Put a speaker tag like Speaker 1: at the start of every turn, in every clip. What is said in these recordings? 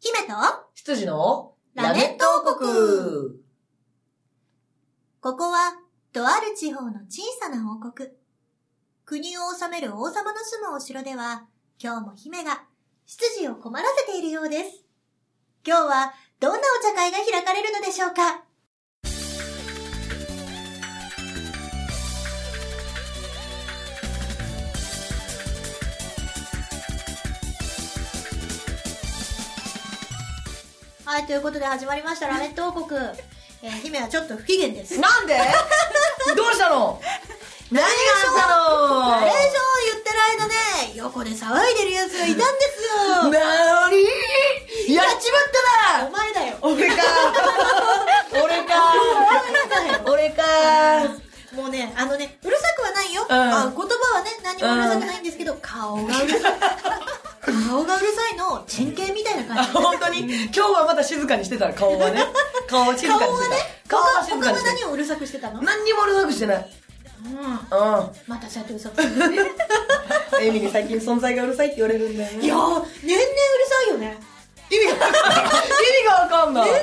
Speaker 1: 姫と、
Speaker 2: 羊の
Speaker 1: ラネット王国
Speaker 2: 国
Speaker 1: ここは、とある地方の小さな王国。国を治める王様の住むお城では、今日も姫が、執事を困らせているようです。今日は、どんなお茶会が開かれるのでしょうかはい、ということで始まりました、ラネット王国。えー姫はちょっと不機嫌です。
Speaker 2: なん でどうしたの何があ
Speaker 1: あれ以上
Speaker 2: っ
Speaker 1: 言ってる間ね、横で騒いでる奴がいたんです
Speaker 2: たの
Speaker 1: よ。
Speaker 2: なーにやっちまった
Speaker 1: お
Speaker 2: な
Speaker 1: 前だよ。
Speaker 2: 俺か 俺か俺か
Speaker 1: もうね、あのね、うるさくはないよ。
Speaker 2: ん
Speaker 1: あ言葉はね、何もうるさくないんですけど、顔がうるさい。顔がうるさいの、珍形みたいな感じ。
Speaker 2: 本当に今日はまだ静かにしてた顔はね顔は静かに
Speaker 1: 顔
Speaker 2: し
Speaker 1: は
Speaker 2: て
Speaker 1: ね
Speaker 2: た、顔は静
Speaker 1: 他他
Speaker 2: かに
Speaker 1: は
Speaker 2: してた
Speaker 1: 何をうるさくしてたのうん。
Speaker 2: 何にも俺なくしてないうん
Speaker 1: またそうやってうるさくしてる。いやー、
Speaker 2: エミに最近存在がうるさいって言われるんだよね
Speaker 1: 年々うるさいよね。
Speaker 2: 意味が意味がわかんな
Speaker 1: 年
Speaker 2: い
Speaker 1: 々うる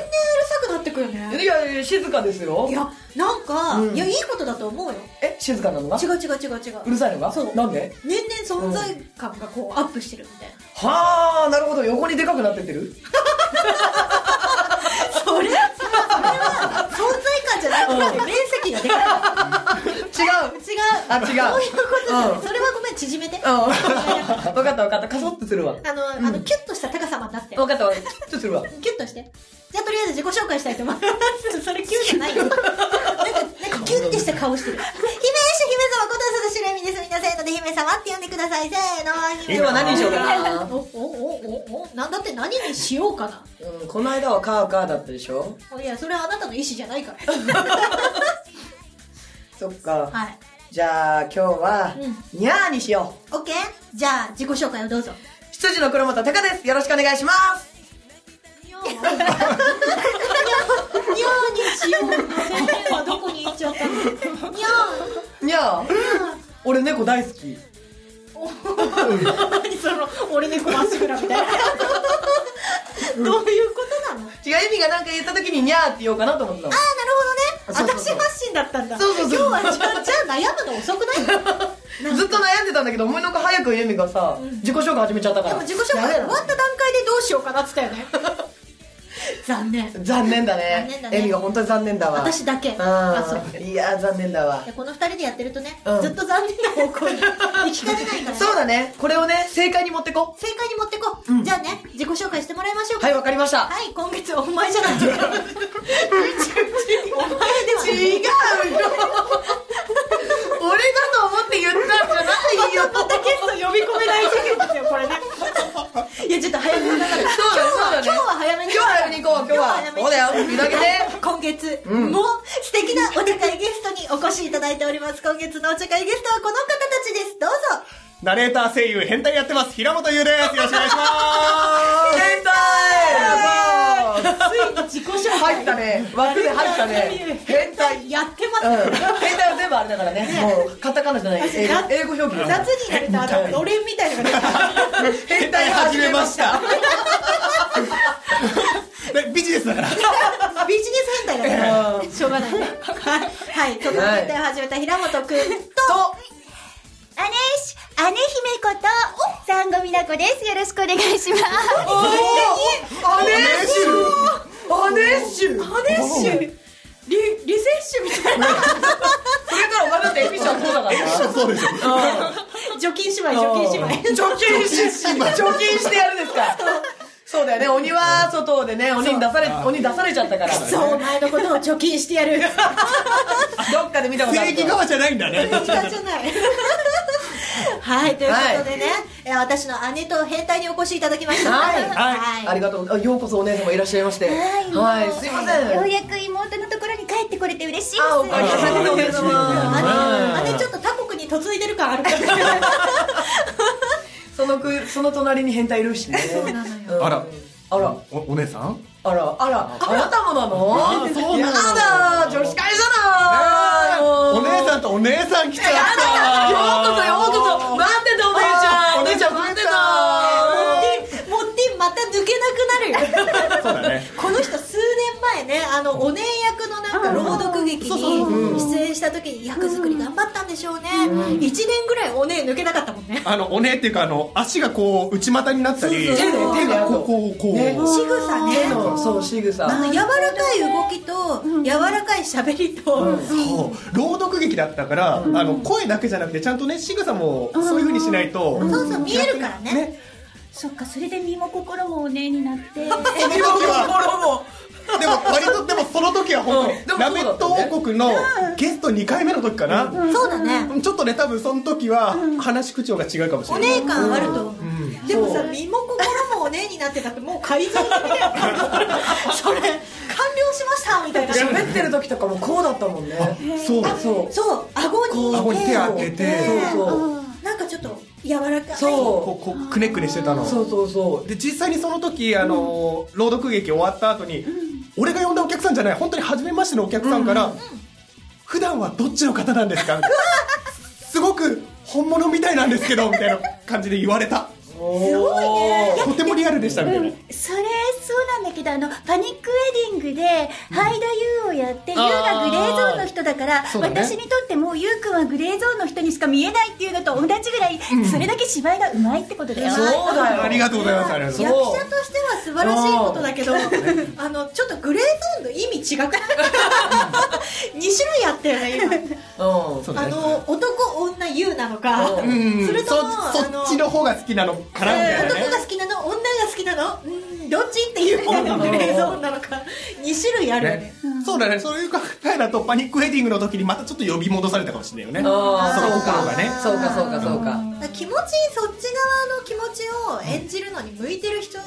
Speaker 1: さくなってくよね。
Speaker 2: いやいや静かですよ
Speaker 1: いや、なんか、
Speaker 2: うん
Speaker 1: いや、いいことだと思うよ。
Speaker 2: え静かなのが
Speaker 1: 違う違う違う違う。
Speaker 2: うるさいのが
Speaker 1: そう
Speaker 2: なんで
Speaker 1: 年々存在感がこうアップしてるみたいな、
Speaker 2: はあなるほど横にでかくなってってる
Speaker 1: それはそれは存在感じゃなくて面積がでかい
Speaker 2: 違う
Speaker 1: 違う
Speaker 2: あ違う
Speaker 1: そういうことじゃない、
Speaker 2: うん
Speaker 1: それはごめん縮めて、
Speaker 2: うん 分かった分かったカソッとするわ
Speaker 1: あのあのキュッとした高さまになって
Speaker 2: 分かったわちょっとするわ
Speaker 1: キュッとしてじゃあとりあえず自己紹介したいと思います それキュッじゃないよなんかなんかキュッてした顔してる姫氏姫様ことさとしれみですみんなせーので姫様って呼んでくださいせーの姫
Speaker 2: 今何にしようか
Speaker 1: お
Speaker 2: な、
Speaker 1: おおおおなんだって何にしようかな
Speaker 2: うん、この間はカーカーだったでしょ
Speaker 1: いやそれはあなたの意思じゃないから
Speaker 2: そっか
Speaker 1: はい
Speaker 2: じゃあ今日は
Speaker 1: う
Speaker 2: ニャーにしよう
Speaker 1: オッケーじゃあ自己紹介をどうぞ
Speaker 2: 羊の黒本隆ですよろしくお願いします
Speaker 1: に ょーにょーにしようの先生はどこに行っちゃったのにょー
Speaker 2: ニャー俺猫大好き
Speaker 1: 何その俺猫まっしぐらみたいなどういうことなのあ
Speaker 2: 違う、エミがなんか言った時にニャーって言おうかなと思ってたの。
Speaker 1: あなるほどね
Speaker 2: そうそうそう
Speaker 1: 私発信だったんだ
Speaker 2: そうそうそう
Speaker 1: 今日はじゃあじゃあ悩むの遅くない
Speaker 2: ずっと悩んでたんだけど、思いのほか早くエミがさ、自己紹介始めちゃったか
Speaker 1: で
Speaker 2: ら。
Speaker 1: も自己紹介終わった段階でどうしようかなって言ったよね 残念
Speaker 2: 残念だ
Speaker 1: 残念
Speaker 2: ね
Speaker 1: だ。ね
Speaker 2: エミが本当に残念だわ。
Speaker 1: 私だけ
Speaker 2: うん
Speaker 1: あそう
Speaker 2: いやー、残念だわ
Speaker 1: いや。この二人でやってるとね、
Speaker 2: うん
Speaker 1: ずっと残念な方向に 行きかねないから、ね、
Speaker 2: そうだね。これをね、正解に持ってこ。
Speaker 1: 正解に持ってこう、
Speaker 2: うん
Speaker 1: じゃあね自己紹介してもらいましょうか
Speaker 2: はい、わかりました。
Speaker 1: はい今月お前じゃない違う違う お前ではない
Speaker 2: 違うよ俺だと思って言ったんじゃないよ。
Speaker 1: 言葉だけしか呼び込めない事件ですよこれね いやちょっと早めにだから
Speaker 2: そうだねそうだね
Speaker 1: 今日は早めに
Speaker 2: 今日は早めに行こう今日は
Speaker 1: 今
Speaker 2: そうだよ見上げて
Speaker 1: 今月、
Speaker 2: うん
Speaker 1: もう素敵なお茶会ゲストにお越しいただいております今月のお茶会ゲストはこの方たちですどうぞ
Speaker 3: ナレーター声優変態やってます平本優ですよろしくお願いします
Speaker 2: 変態
Speaker 1: ついに自己紹介
Speaker 2: 入ったね。枠で入ったね。変態。
Speaker 1: やってま
Speaker 2: うん
Speaker 1: す、
Speaker 2: 携帯は全部あれだからね、もうカタカナじゃない英語
Speaker 1: だ
Speaker 2: 英語表記
Speaker 1: 夏になるとあののれんみたいなのが出てくる
Speaker 2: 変
Speaker 3: 変態始めま したでビジネスだから
Speaker 1: ビジネス変態だから、しょうがないね。はい、はい、と変態を始めた平本くんと、
Speaker 4: 姉し、姉姫こと、サンゴミナコです。よろしくお願いします。
Speaker 2: おおアネッシュアネッシュ
Speaker 1: アネッシュ、リ、リセッシュみたいな、
Speaker 2: それからお前だってエミションそうだからな
Speaker 3: そうでしょ
Speaker 1: 除菌姉妹、除菌姉妹。
Speaker 2: 貯金し貯金してやるですかそうだよね鬼は外でね鬼に出され鬼出されちゃったから
Speaker 1: そう、お前のことを除菌してやる。
Speaker 2: どっかで見たことあ
Speaker 3: 正
Speaker 2: る
Speaker 3: 義側じゃないんだね
Speaker 1: 時間じゃない。はい、ということでね、えー私の姉と変態にお越しいただきました。
Speaker 2: はい
Speaker 1: はい
Speaker 2: ありがとうあようこそお姉様いらっしゃいましてはいすいません
Speaker 4: ようやく妹のところに帰ってこれて嬉しいです。
Speaker 2: あおかげさまでお姉様
Speaker 1: 姉、姉ちょっと他国に嫁いでる感あるから。
Speaker 2: そのくその隣に変態いるしねそうなのよ
Speaker 3: あら
Speaker 2: あら
Speaker 3: おお姉さん
Speaker 2: あら、あら、あなたもなの
Speaker 3: あそうなの
Speaker 2: やだ、女子会じゃない
Speaker 3: お姉さんとお姉さん来ちゃった
Speaker 2: やだようこそようこそマ
Speaker 1: るよ。
Speaker 3: そうだね。
Speaker 1: この人数年前ねあのお姉役のなんか朗読劇に出演した時に役作り頑張ったんでしょうね、1年ぐらいお姉抜けなかったもんね
Speaker 3: あの、おねえっていうか、あの、足がこう、内股になったり、
Speaker 2: そうそう
Speaker 3: 手がこう、こう、こう。
Speaker 2: ね
Speaker 1: 仕草ね
Speaker 2: 手のそう仕草
Speaker 1: あの柔らかい動きと柔らかい喋りと、
Speaker 3: そう朗読劇だったから、あの声だけじゃなくてちゃんとね仕草もそういうふうにしないと、
Speaker 1: そうそう見えるからね
Speaker 4: そっかそれで身も心もおねえになって
Speaker 3: その時は
Speaker 2: 心も
Speaker 3: でも割とでもその時は本
Speaker 2: うんで
Speaker 3: 当
Speaker 2: も
Speaker 3: にラメット王国のゲスト2回目の時かな、
Speaker 1: そうだね、
Speaker 3: ちょっとね多分その時は話し口調が違うかもし
Speaker 1: お
Speaker 3: れない、
Speaker 1: 姉感あると思う、
Speaker 3: うん
Speaker 1: でもさ
Speaker 2: そう
Speaker 1: 身も心もお姉になってたってもう改造だ ねそれ完了しましたみたいな
Speaker 2: 喋ってる時とかもこうだったもんね
Speaker 3: そう
Speaker 2: そう
Speaker 1: そう顎に
Speaker 3: 顎に手当てて
Speaker 2: そうそう
Speaker 1: なんかちょっと柔らかい
Speaker 2: そう
Speaker 3: こうこうくねくねしてたの
Speaker 2: そうそうそう
Speaker 3: で実際にその時あの、朗読劇終わった後に、俺が呼んだお客さんじゃない本当に初めましてのお客さんから、普段はどっちの方なんですかすごく本物みたいなんですけどみたいな感じで言われた
Speaker 2: すごいね
Speaker 3: とてもリアルでしたみたいな、
Speaker 4: それそうなんだけどあのパニックウェディングでハイダユーをやってユーがグレーゾーンの人だから
Speaker 3: そうだね
Speaker 4: 私にとってもうユーくんはグレーゾーンの人にしか見えないっていうのと同じぐらいそれだけ芝居がうまいってことだよ
Speaker 2: そうだよ
Speaker 3: ありがとうございますありがとうござい
Speaker 1: 役
Speaker 3: ま
Speaker 1: 者としては素晴らしいことだけど、あのちょっとグレーゾーンの意味違く ない2種類あったよね
Speaker 2: うん
Speaker 3: すそ
Speaker 1: 今
Speaker 3: うだ
Speaker 1: あ
Speaker 3: ね
Speaker 1: の男女優なのか
Speaker 2: う
Speaker 3: うん
Speaker 1: それとも
Speaker 3: そ
Speaker 1: あ
Speaker 3: そっちの方が好きなのかなみたいなね
Speaker 1: 男が好きなの女が好きなのうんどっちっていう方のグレーゾーンなのか2種類あるよね
Speaker 3: ねそうだねそういう考えだとパニックウェディングの時にまたちょっと呼び戻されたかもしれないよねそ
Speaker 2: あー
Speaker 3: の心がね
Speaker 2: そうかそうかそうか
Speaker 1: だから気持ちそっち側の気持ちを演じるのに向いてる人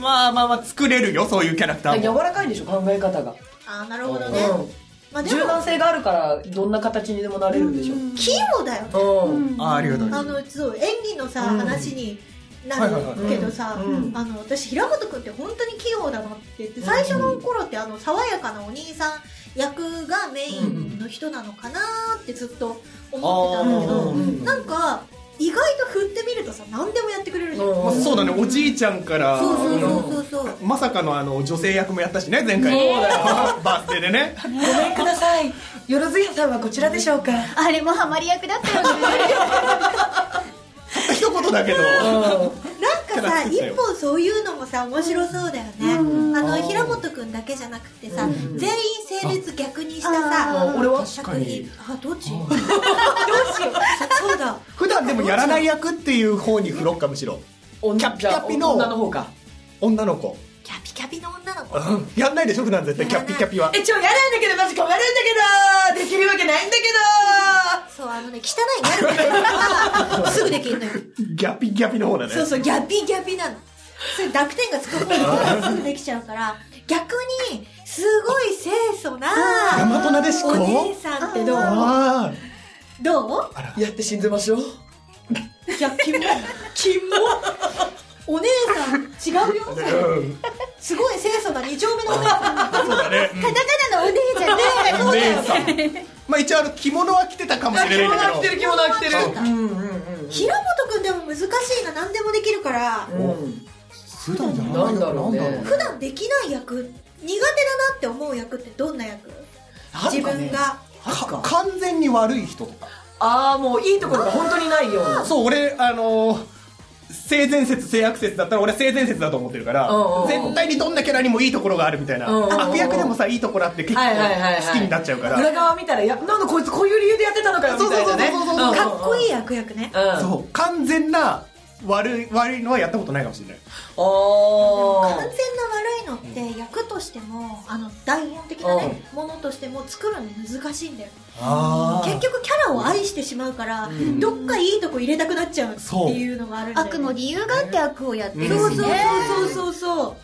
Speaker 3: まあまあまあ作れるよそういうキャラクター
Speaker 2: 柔
Speaker 3: も
Speaker 2: らかいんでしょ考え方が、
Speaker 1: ああなるほどね、
Speaker 2: う
Speaker 1: まあ、
Speaker 2: ん、
Speaker 1: でも
Speaker 2: 柔軟性があるからどんな形にでもなれるんでしょ
Speaker 1: 器用だよね
Speaker 2: うん、
Speaker 3: あーありがとうござ
Speaker 1: あ
Speaker 3: います
Speaker 1: のそう演技のさ、
Speaker 2: うん
Speaker 1: 話になる
Speaker 3: はいはい
Speaker 2: はい
Speaker 1: けどさ、
Speaker 2: うん
Speaker 1: あの私平本君って本当に器用だなって言って最初の頃ってあの爽やかなお兄さん役がメインの人なのかなってずっと思ってたんだけど、
Speaker 3: うん
Speaker 1: なんか意外と振ってみるとさ何でもやってくれるじゃん、
Speaker 2: うん
Speaker 3: まあそうだねおじいちゃんから
Speaker 1: そうそうそうそうそう
Speaker 3: まさかのあの女性役もやったしね前回
Speaker 2: そうだよ
Speaker 3: バースデーで ね
Speaker 2: ごめんくださいよろずやさんはこちらでしょうか
Speaker 4: あれもハマり役だったよね
Speaker 3: 一言だけど
Speaker 1: なんかさ
Speaker 3: キャラ作ったよ
Speaker 1: 一本そういうのもさ面白そうだよね、あの平本君だけじゃなくてさ、全員性別逆にしたさ
Speaker 2: あ俺は
Speaker 3: 確かに
Speaker 1: あどっち どうしようそうだ
Speaker 3: 普段でもやらない役っていう方に振ろっかむしろ
Speaker 2: 女
Speaker 3: キャピキャピの
Speaker 2: じゃあ女の方か
Speaker 3: 女の子
Speaker 1: キャピキャピの女の子
Speaker 3: うんやんないでしょ普段絶対キャピキャピは
Speaker 2: えちょやるんだけどマジ困るんだけどできるわけないんだけ
Speaker 1: そうあのね汚いなるからすぐできるのよ
Speaker 3: ギャピギャピの方だね
Speaker 1: そうそうギャピギャピなのそれ濁点がつく方がすぐできちゃうから逆にすごい清楚な
Speaker 3: 大和なでしこ
Speaker 1: お姉さんってどう
Speaker 3: あ
Speaker 1: どう
Speaker 2: どやって死んでましょう
Speaker 1: いやキモキモお姉さん違うよ
Speaker 3: あうん
Speaker 1: すごい清楚な二丁目のお姉さん
Speaker 3: そうだね
Speaker 4: カタカナのお姉ちゃんね
Speaker 3: お姉さんまあ一応あの着物は着てたかもし
Speaker 2: 着
Speaker 3: れ
Speaker 2: 物
Speaker 3: ない
Speaker 2: は着
Speaker 3: け
Speaker 2: て
Speaker 3: ど
Speaker 2: る着物は着てる
Speaker 1: そうか
Speaker 2: んうんうん
Speaker 1: 平本君でも難しいな何でもできるから
Speaker 2: うん
Speaker 3: 普段じゃない
Speaker 2: なんだろうね
Speaker 3: なんだろ
Speaker 1: 普段できない役苦手だなって思う役ってどんな役自分が
Speaker 3: か完全に悪い人とか
Speaker 2: ああもういいところが本当にないような
Speaker 3: そう俺あのー性善説性悪説だったら俺は性善説だと思ってるから
Speaker 2: うんうんうん
Speaker 3: 絶対にどんなキャラにもいいところがあるみたいな
Speaker 2: うんうんうん
Speaker 3: 悪役でもさいいところあって結構
Speaker 2: はいはいはいはい
Speaker 3: 好きになっちゃうから
Speaker 2: 裏側見たらやなんだこいつこういう理由でやってたのかよみたいなね
Speaker 3: そうそうそうそうそう
Speaker 1: かっこいい
Speaker 2: い
Speaker 1: 悪役ね
Speaker 2: うんあ
Speaker 3: そう完全な悪い悪いのはやったことないかもしれない
Speaker 1: 完
Speaker 2: あー
Speaker 1: 全な悪いのって役としてもあの台本的なねものとしても作るの難しいんだよ
Speaker 3: あ
Speaker 1: 結局キャラを愛してしまうから
Speaker 2: ん
Speaker 1: どっかいいとこ入れたくなっちゃうっていうのがあるんだよね
Speaker 4: 悪も理由があって悪をやってるし
Speaker 1: そう
Speaker 4: ね
Speaker 1: そうそうそうそう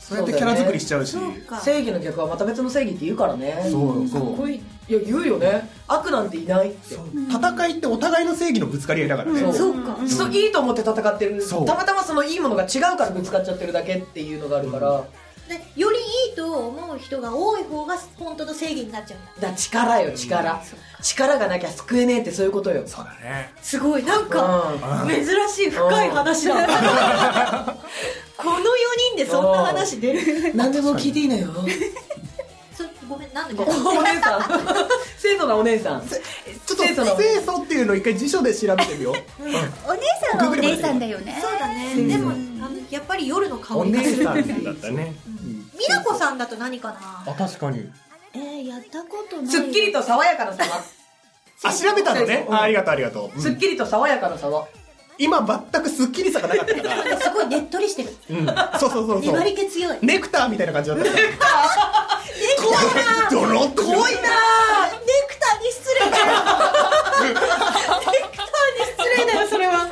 Speaker 3: そうやってキャラ作りしちゃうし
Speaker 1: そうか
Speaker 2: 正義の逆はまた別の正義って言うからね
Speaker 3: そうそ
Speaker 1: かっこ
Speaker 3: う
Speaker 1: いいね
Speaker 2: いや言うよね悪なんていないって
Speaker 3: そう戦いってお互いの正義のぶつかり合いだからね
Speaker 2: そう
Speaker 1: そうか
Speaker 2: そういいと思って戦ってるた
Speaker 3: そう
Speaker 2: またまそのいいものが違うからぶつかっちゃってるだけっていうのがあるから
Speaker 1: でよりいいと思う人が多い方が本当の正義になっちゃうんだ
Speaker 2: だ力よ力力がなきゃ救えねえってそういうことよ
Speaker 3: そうだね
Speaker 1: すごいなん
Speaker 2: う
Speaker 1: か
Speaker 2: ん
Speaker 1: 珍しい深い話だこの4人でそんな話出る
Speaker 2: 何でも聞いていいのよ
Speaker 1: そごめんなんで
Speaker 2: お姉さん生徒なお姉さん
Speaker 3: ちょっと
Speaker 2: 清楚な
Speaker 3: 清楚っていうのを一回辞書で調べてみよ う、
Speaker 4: お姉さんはお姉さんだよね
Speaker 1: そうだねでもあのやっぱり夜の香
Speaker 3: お
Speaker 1: りが
Speaker 3: 姉
Speaker 1: する
Speaker 3: さんだったね、
Speaker 1: 美奈子さんだと何かな
Speaker 3: あ確かに
Speaker 4: えー、やったことない
Speaker 2: すっきりと爽やかなさは
Speaker 3: あ調べたのね
Speaker 2: うん
Speaker 3: あありがとうありがとう、
Speaker 2: すっきりと爽やかなさは
Speaker 3: 今全くすっきりさがなかった から、
Speaker 1: すごいねっとりしてる
Speaker 3: うん、そうそうそうそ
Speaker 1: 粘
Speaker 3: う
Speaker 1: り気強い
Speaker 3: ネクターみたいな感じだった からドロッと
Speaker 2: 濃いな
Speaker 1: あネクターに失礼だよネクターに失礼だよそれは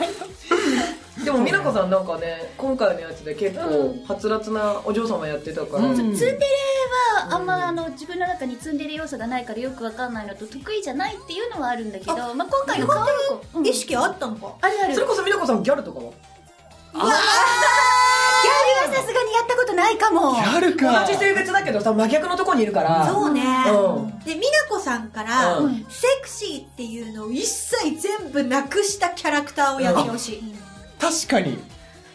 Speaker 2: でも美奈子さんなんかね今回のやつで結構はつらつなお嬢様やってたから、
Speaker 3: うん
Speaker 4: ツンデレはあんまあの自分の中にツンデレ要素がないからよくわかんないのと得意じゃないっていうのはあるんだけど
Speaker 1: あ
Speaker 4: まあ、今回の顔の子、うん
Speaker 1: 意識あったのか
Speaker 4: あるある
Speaker 2: それこそ美奈子さんギャルとかは
Speaker 4: ギャルはさすがにやったことないかも
Speaker 3: やるか
Speaker 2: 同じ性別だけどさ真逆のとこにいるから
Speaker 1: そうね、
Speaker 2: うん
Speaker 1: で美奈子さんから、
Speaker 2: うん
Speaker 1: セクシーっていうのを一切全部なくしたキャラクターをやってほしい、
Speaker 3: 確かに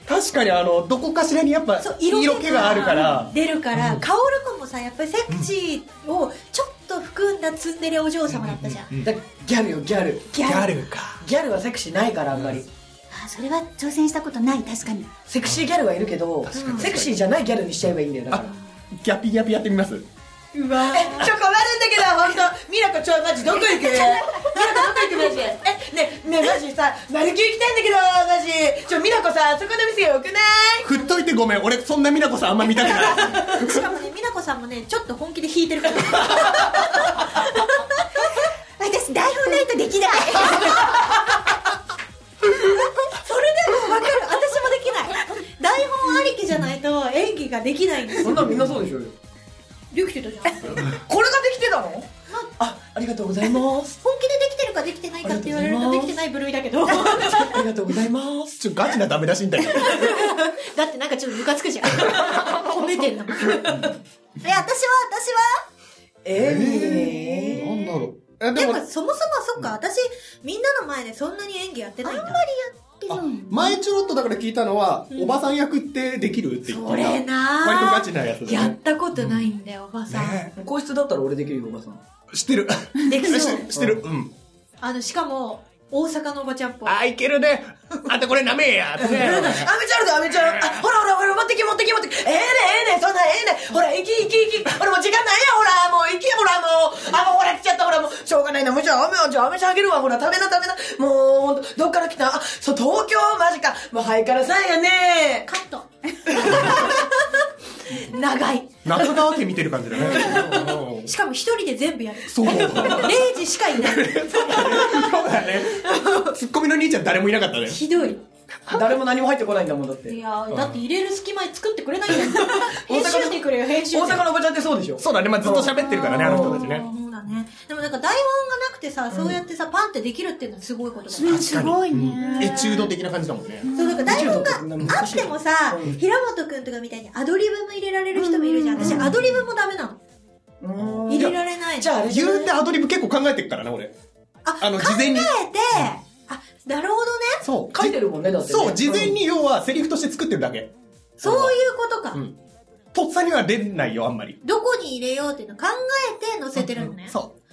Speaker 3: 確かにあのどこかしらにやっぱ
Speaker 1: そう色
Speaker 3: 色
Speaker 1: 気が
Speaker 3: 気があるから
Speaker 1: 出るから、薫子もさやっぱりセクシーをちょっと含んだツンデレお嬢様だったじゃん、
Speaker 2: だギャルよギャル
Speaker 1: ギャル
Speaker 3: ルか
Speaker 2: ギャルはセクシーないからあんまり、
Speaker 4: あそれは挑戦したことない確かに
Speaker 2: セクシーギャルはいるけどセクシーじゃないギャルにしちゃえばいいんだよだから
Speaker 3: ギャピギャピやってみます
Speaker 1: うわ
Speaker 2: えちょ困るんだけど本当ミラコちょマジどこ行くミラコどこ行くマジえねねマジさマルキュー行きたいんだけどマジちょミラコさあそこの店よくない
Speaker 3: 振っといてごめん俺そんな美奈子さんあんま見たくない
Speaker 1: しかもね美奈子さんもねちょっと本気で弾いてるから
Speaker 4: 私台本ないとできない
Speaker 1: それでも分かる私もできない台本ありきじゃないと演技ができないんですよ
Speaker 2: そんなみんなそうでしょよ
Speaker 1: できてたじゃん
Speaker 2: これができてたのあありがとうございます
Speaker 1: 本気でできてるかできてないかって言われるとできてない部類だけどだ
Speaker 2: ありがとうございます
Speaker 3: ちょガチなダメ出しみたいな
Speaker 1: ってなんかちょっとムカつくじゃん褒めてんの
Speaker 4: え私は私は
Speaker 2: えー、
Speaker 3: なんだろうえ
Speaker 1: で
Speaker 3: で
Speaker 1: も
Speaker 3: も
Speaker 1: そもそもそっか私みんなの前でそんなに演技やってないんだ
Speaker 4: っていうの
Speaker 3: 前ちょろっとだから聞いたのは、おばさん役ってできるって言ってた
Speaker 1: それなー
Speaker 3: 割とガチなやつだ
Speaker 1: や
Speaker 3: ね
Speaker 1: ったことないんだよ、おばさん、
Speaker 3: ね
Speaker 2: 皇室だったら俺できるよおばさん
Speaker 3: 知ってる
Speaker 1: できそう
Speaker 3: 知ってるうん
Speaker 1: あのしかも大阪のおばちゃんっぽい
Speaker 3: あいけるねあんたこれなめえやってね
Speaker 2: アメちゃんだアメちゃんあほらほらほら持ってき持ってき持ってきええねええねそんなええねほら行き行き行きほらもう時間ないやほらもう行きほらもうあもうほら来ちゃったほらもうしょうがないなもうじゃあアメちゃんアメちゃんあげるわほら食べな食べなもうほんとどっから来たあそう東京マジかもうハイカラさんやね
Speaker 1: カット 長い
Speaker 3: 中川家見てる感じだねうん
Speaker 1: しかも一人で全部やる
Speaker 3: そうそう
Speaker 1: 0時しかいない
Speaker 3: だねツッコミの兄ちゃん誰もいなかったね
Speaker 1: ひどい
Speaker 2: 誰も何も入ってこないんだもんだって
Speaker 1: いやーだって入れる隙間作ってくれないんだよ
Speaker 2: 大阪
Speaker 1: 編
Speaker 2: の
Speaker 1: 集してくれよ編集し
Speaker 2: 大
Speaker 1: て
Speaker 2: 阪のおばちゃんってそうでしょ
Speaker 3: そうだねまあずっと喋ってるからねあの人たちね
Speaker 1: そうだねでもなんか台本がなくてさそうやってさパンってできるっていうのはすごいことだね
Speaker 4: うんすごいね、
Speaker 3: エチュード的な感じだもんね
Speaker 1: そうなんか台本が
Speaker 2: 20だ
Speaker 1: あってもさ
Speaker 2: うん
Speaker 1: 平本君とかみたいにアドリブも入れられる人もいるじゃん私アドリブもダメなの
Speaker 2: う
Speaker 1: 入れられないの
Speaker 2: じゃああれ
Speaker 3: 言うてアドリブ結構考えてるからな俺
Speaker 1: あ
Speaker 3: あの事前に
Speaker 1: 考えてあなるほどね
Speaker 3: そう
Speaker 2: 書いてるもんねだってね
Speaker 3: そう事前に要はセリフとして作ってるだけ
Speaker 1: そういうことか
Speaker 3: うんとっさには出ないよあんまり
Speaker 1: どこに入れようっていうの考えて載せてるのね
Speaker 3: そう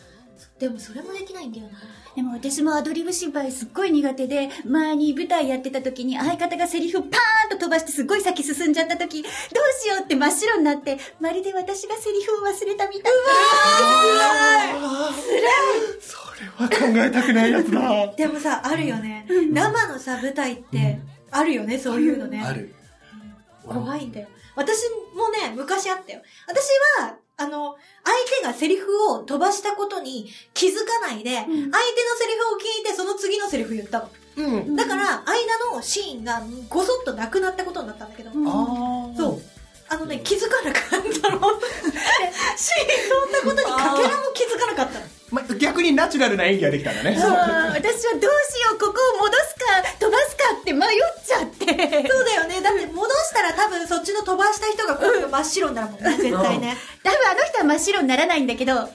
Speaker 1: でもそれもできないんだよな
Speaker 4: でも私もアドリブ芝居すっごい苦手で前に舞台やってた時に相方がセリフパーンと飛ばしてすごい先進んじゃった時どうしようって真っ白になってまるで私がセリフを忘れたみたい
Speaker 3: それは考えたくないやつだ
Speaker 1: でもさあるよね生のさ舞台ってあるよねそういうのね
Speaker 3: ある
Speaker 1: 怖いんだよ。私もね、昔あったよ。私は、あの、相手がセリフを飛ばしたことに気づかないで、相手のセリフを聞いてその次のセリフ言ったの。
Speaker 3: うん
Speaker 1: だから、間のシーンがごそっとなくなったことになったんだけど、
Speaker 3: ああ
Speaker 1: そう。あのね、気づかなかったの。シーン飛んだことにかけらも気づかなかったの。
Speaker 3: まあ逆にナチュラルな演技ができたんだね
Speaker 4: なあー私はどうしようここを戻すか飛ばすかって迷っちゃって
Speaker 1: そうだよね。だって戻したら多分そっちの飛ばした人が声が真っ白になるもんね、絶対ね。
Speaker 4: 多分あの人は真っ白にならないんだけど私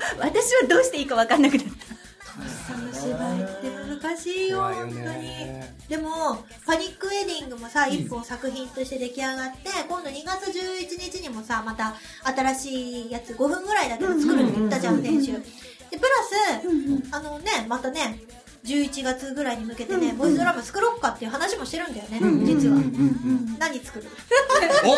Speaker 4: はどうしていいか分かんなくなった
Speaker 1: お芝居って難しいよ
Speaker 3: 怖いよ
Speaker 1: 本当に
Speaker 3: ね
Speaker 1: でもパニックウェディングもさ一本作品として出来上がって、今度2月11日にもさまた新しいやつ5分ぐらいだけど作るって言ったじゃん先週でプラス、あのねまたね11月ぐらいに向けてね、ボイスドラマ作ろっかっていう話もしてるんだよね、実は、何作る
Speaker 3: おそ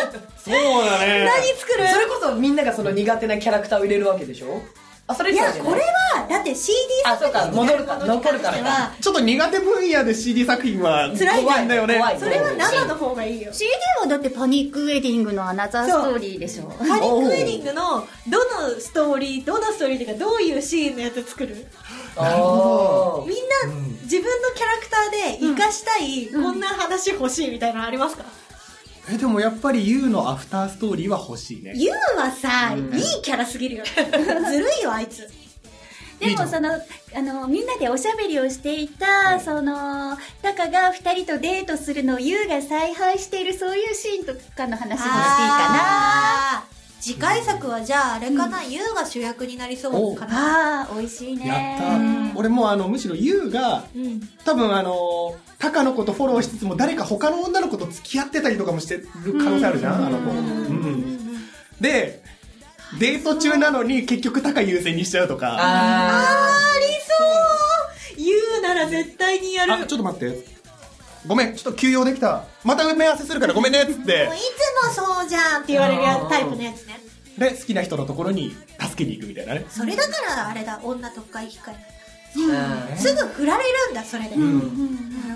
Speaker 3: うだね
Speaker 1: 何作る
Speaker 2: それこそみんながその苦手なキャラクターを入れるわけでしょあそれ
Speaker 1: い
Speaker 2: そう
Speaker 1: や
Speaker 2: じゃな
Speaker 1: これはだって CD
Speaker 2: あそうか戻るか
Speaker 1: 作品
Speaker 2: 残るからか
Speaker 3: ちょっと苦手分野で CD 作品は
Speaker 1: 辛いね
Speaker 3: 怖んだよね
Speaker 2: 怖い
Speaker 1: それは生の方がいいよ
Speaker 4: CD はだってパニックウェディングのアナザーストーリーでしょ
Speaker 1: パニックウェディングのどのストーリーどのストーリーというかどういうシーンのやつ作る
Speaker 2: なるほ
Speaker 1: みんな自分のキャラクターで生かしたい、こんな話欲しいみたいなのありますか、
Speaker 3: えでもやっぱり YOU のアフターストーリーは欲しいね
Speaker 1: ユウはさ、いいキャラすぎるよ ずるいよあいつ
Speaker 4: でもそのあのみんなでおしゃべりをしていた、そのタカが2人とデートするのを優が采配しているそういうシーンとかの話もしていいか
Speaker 1: あー次回作はじゃああれかな、ユウが主役になりそうかな
Speaker 4: なあー美味しいね
Speaker 3: やったー俺もうあのむしろ YOU が
Speaker 1: うん
Speaker 3: 多分あのタカのことフォローしつつも誰か他の女の子と付き合ってたりとかもしてる可能性あるじゃんあの子うんでデート中なのに結局タカ優先にしちゃうと
Speaker 2: ど
Speaker 3: か
Speaker 2: あ
Speaker 1: ありそうユウなら絶対にやる
Speaker 3: あちょっと待ってごめんちょっと休養できたまた埋め合わせするからごめんねっつって
Speaker 1: もういつもそうじゃんって言われるや
Speaker 2: あー
Speaker 1: タイプのやつね
Speaker 3: で好きな人のところに助けに行くみたいなね
Speaker 1: それだからあれだ女特会控え
Speaker 2: ー
Speaker 1: すぐ振られるんだそれで、なる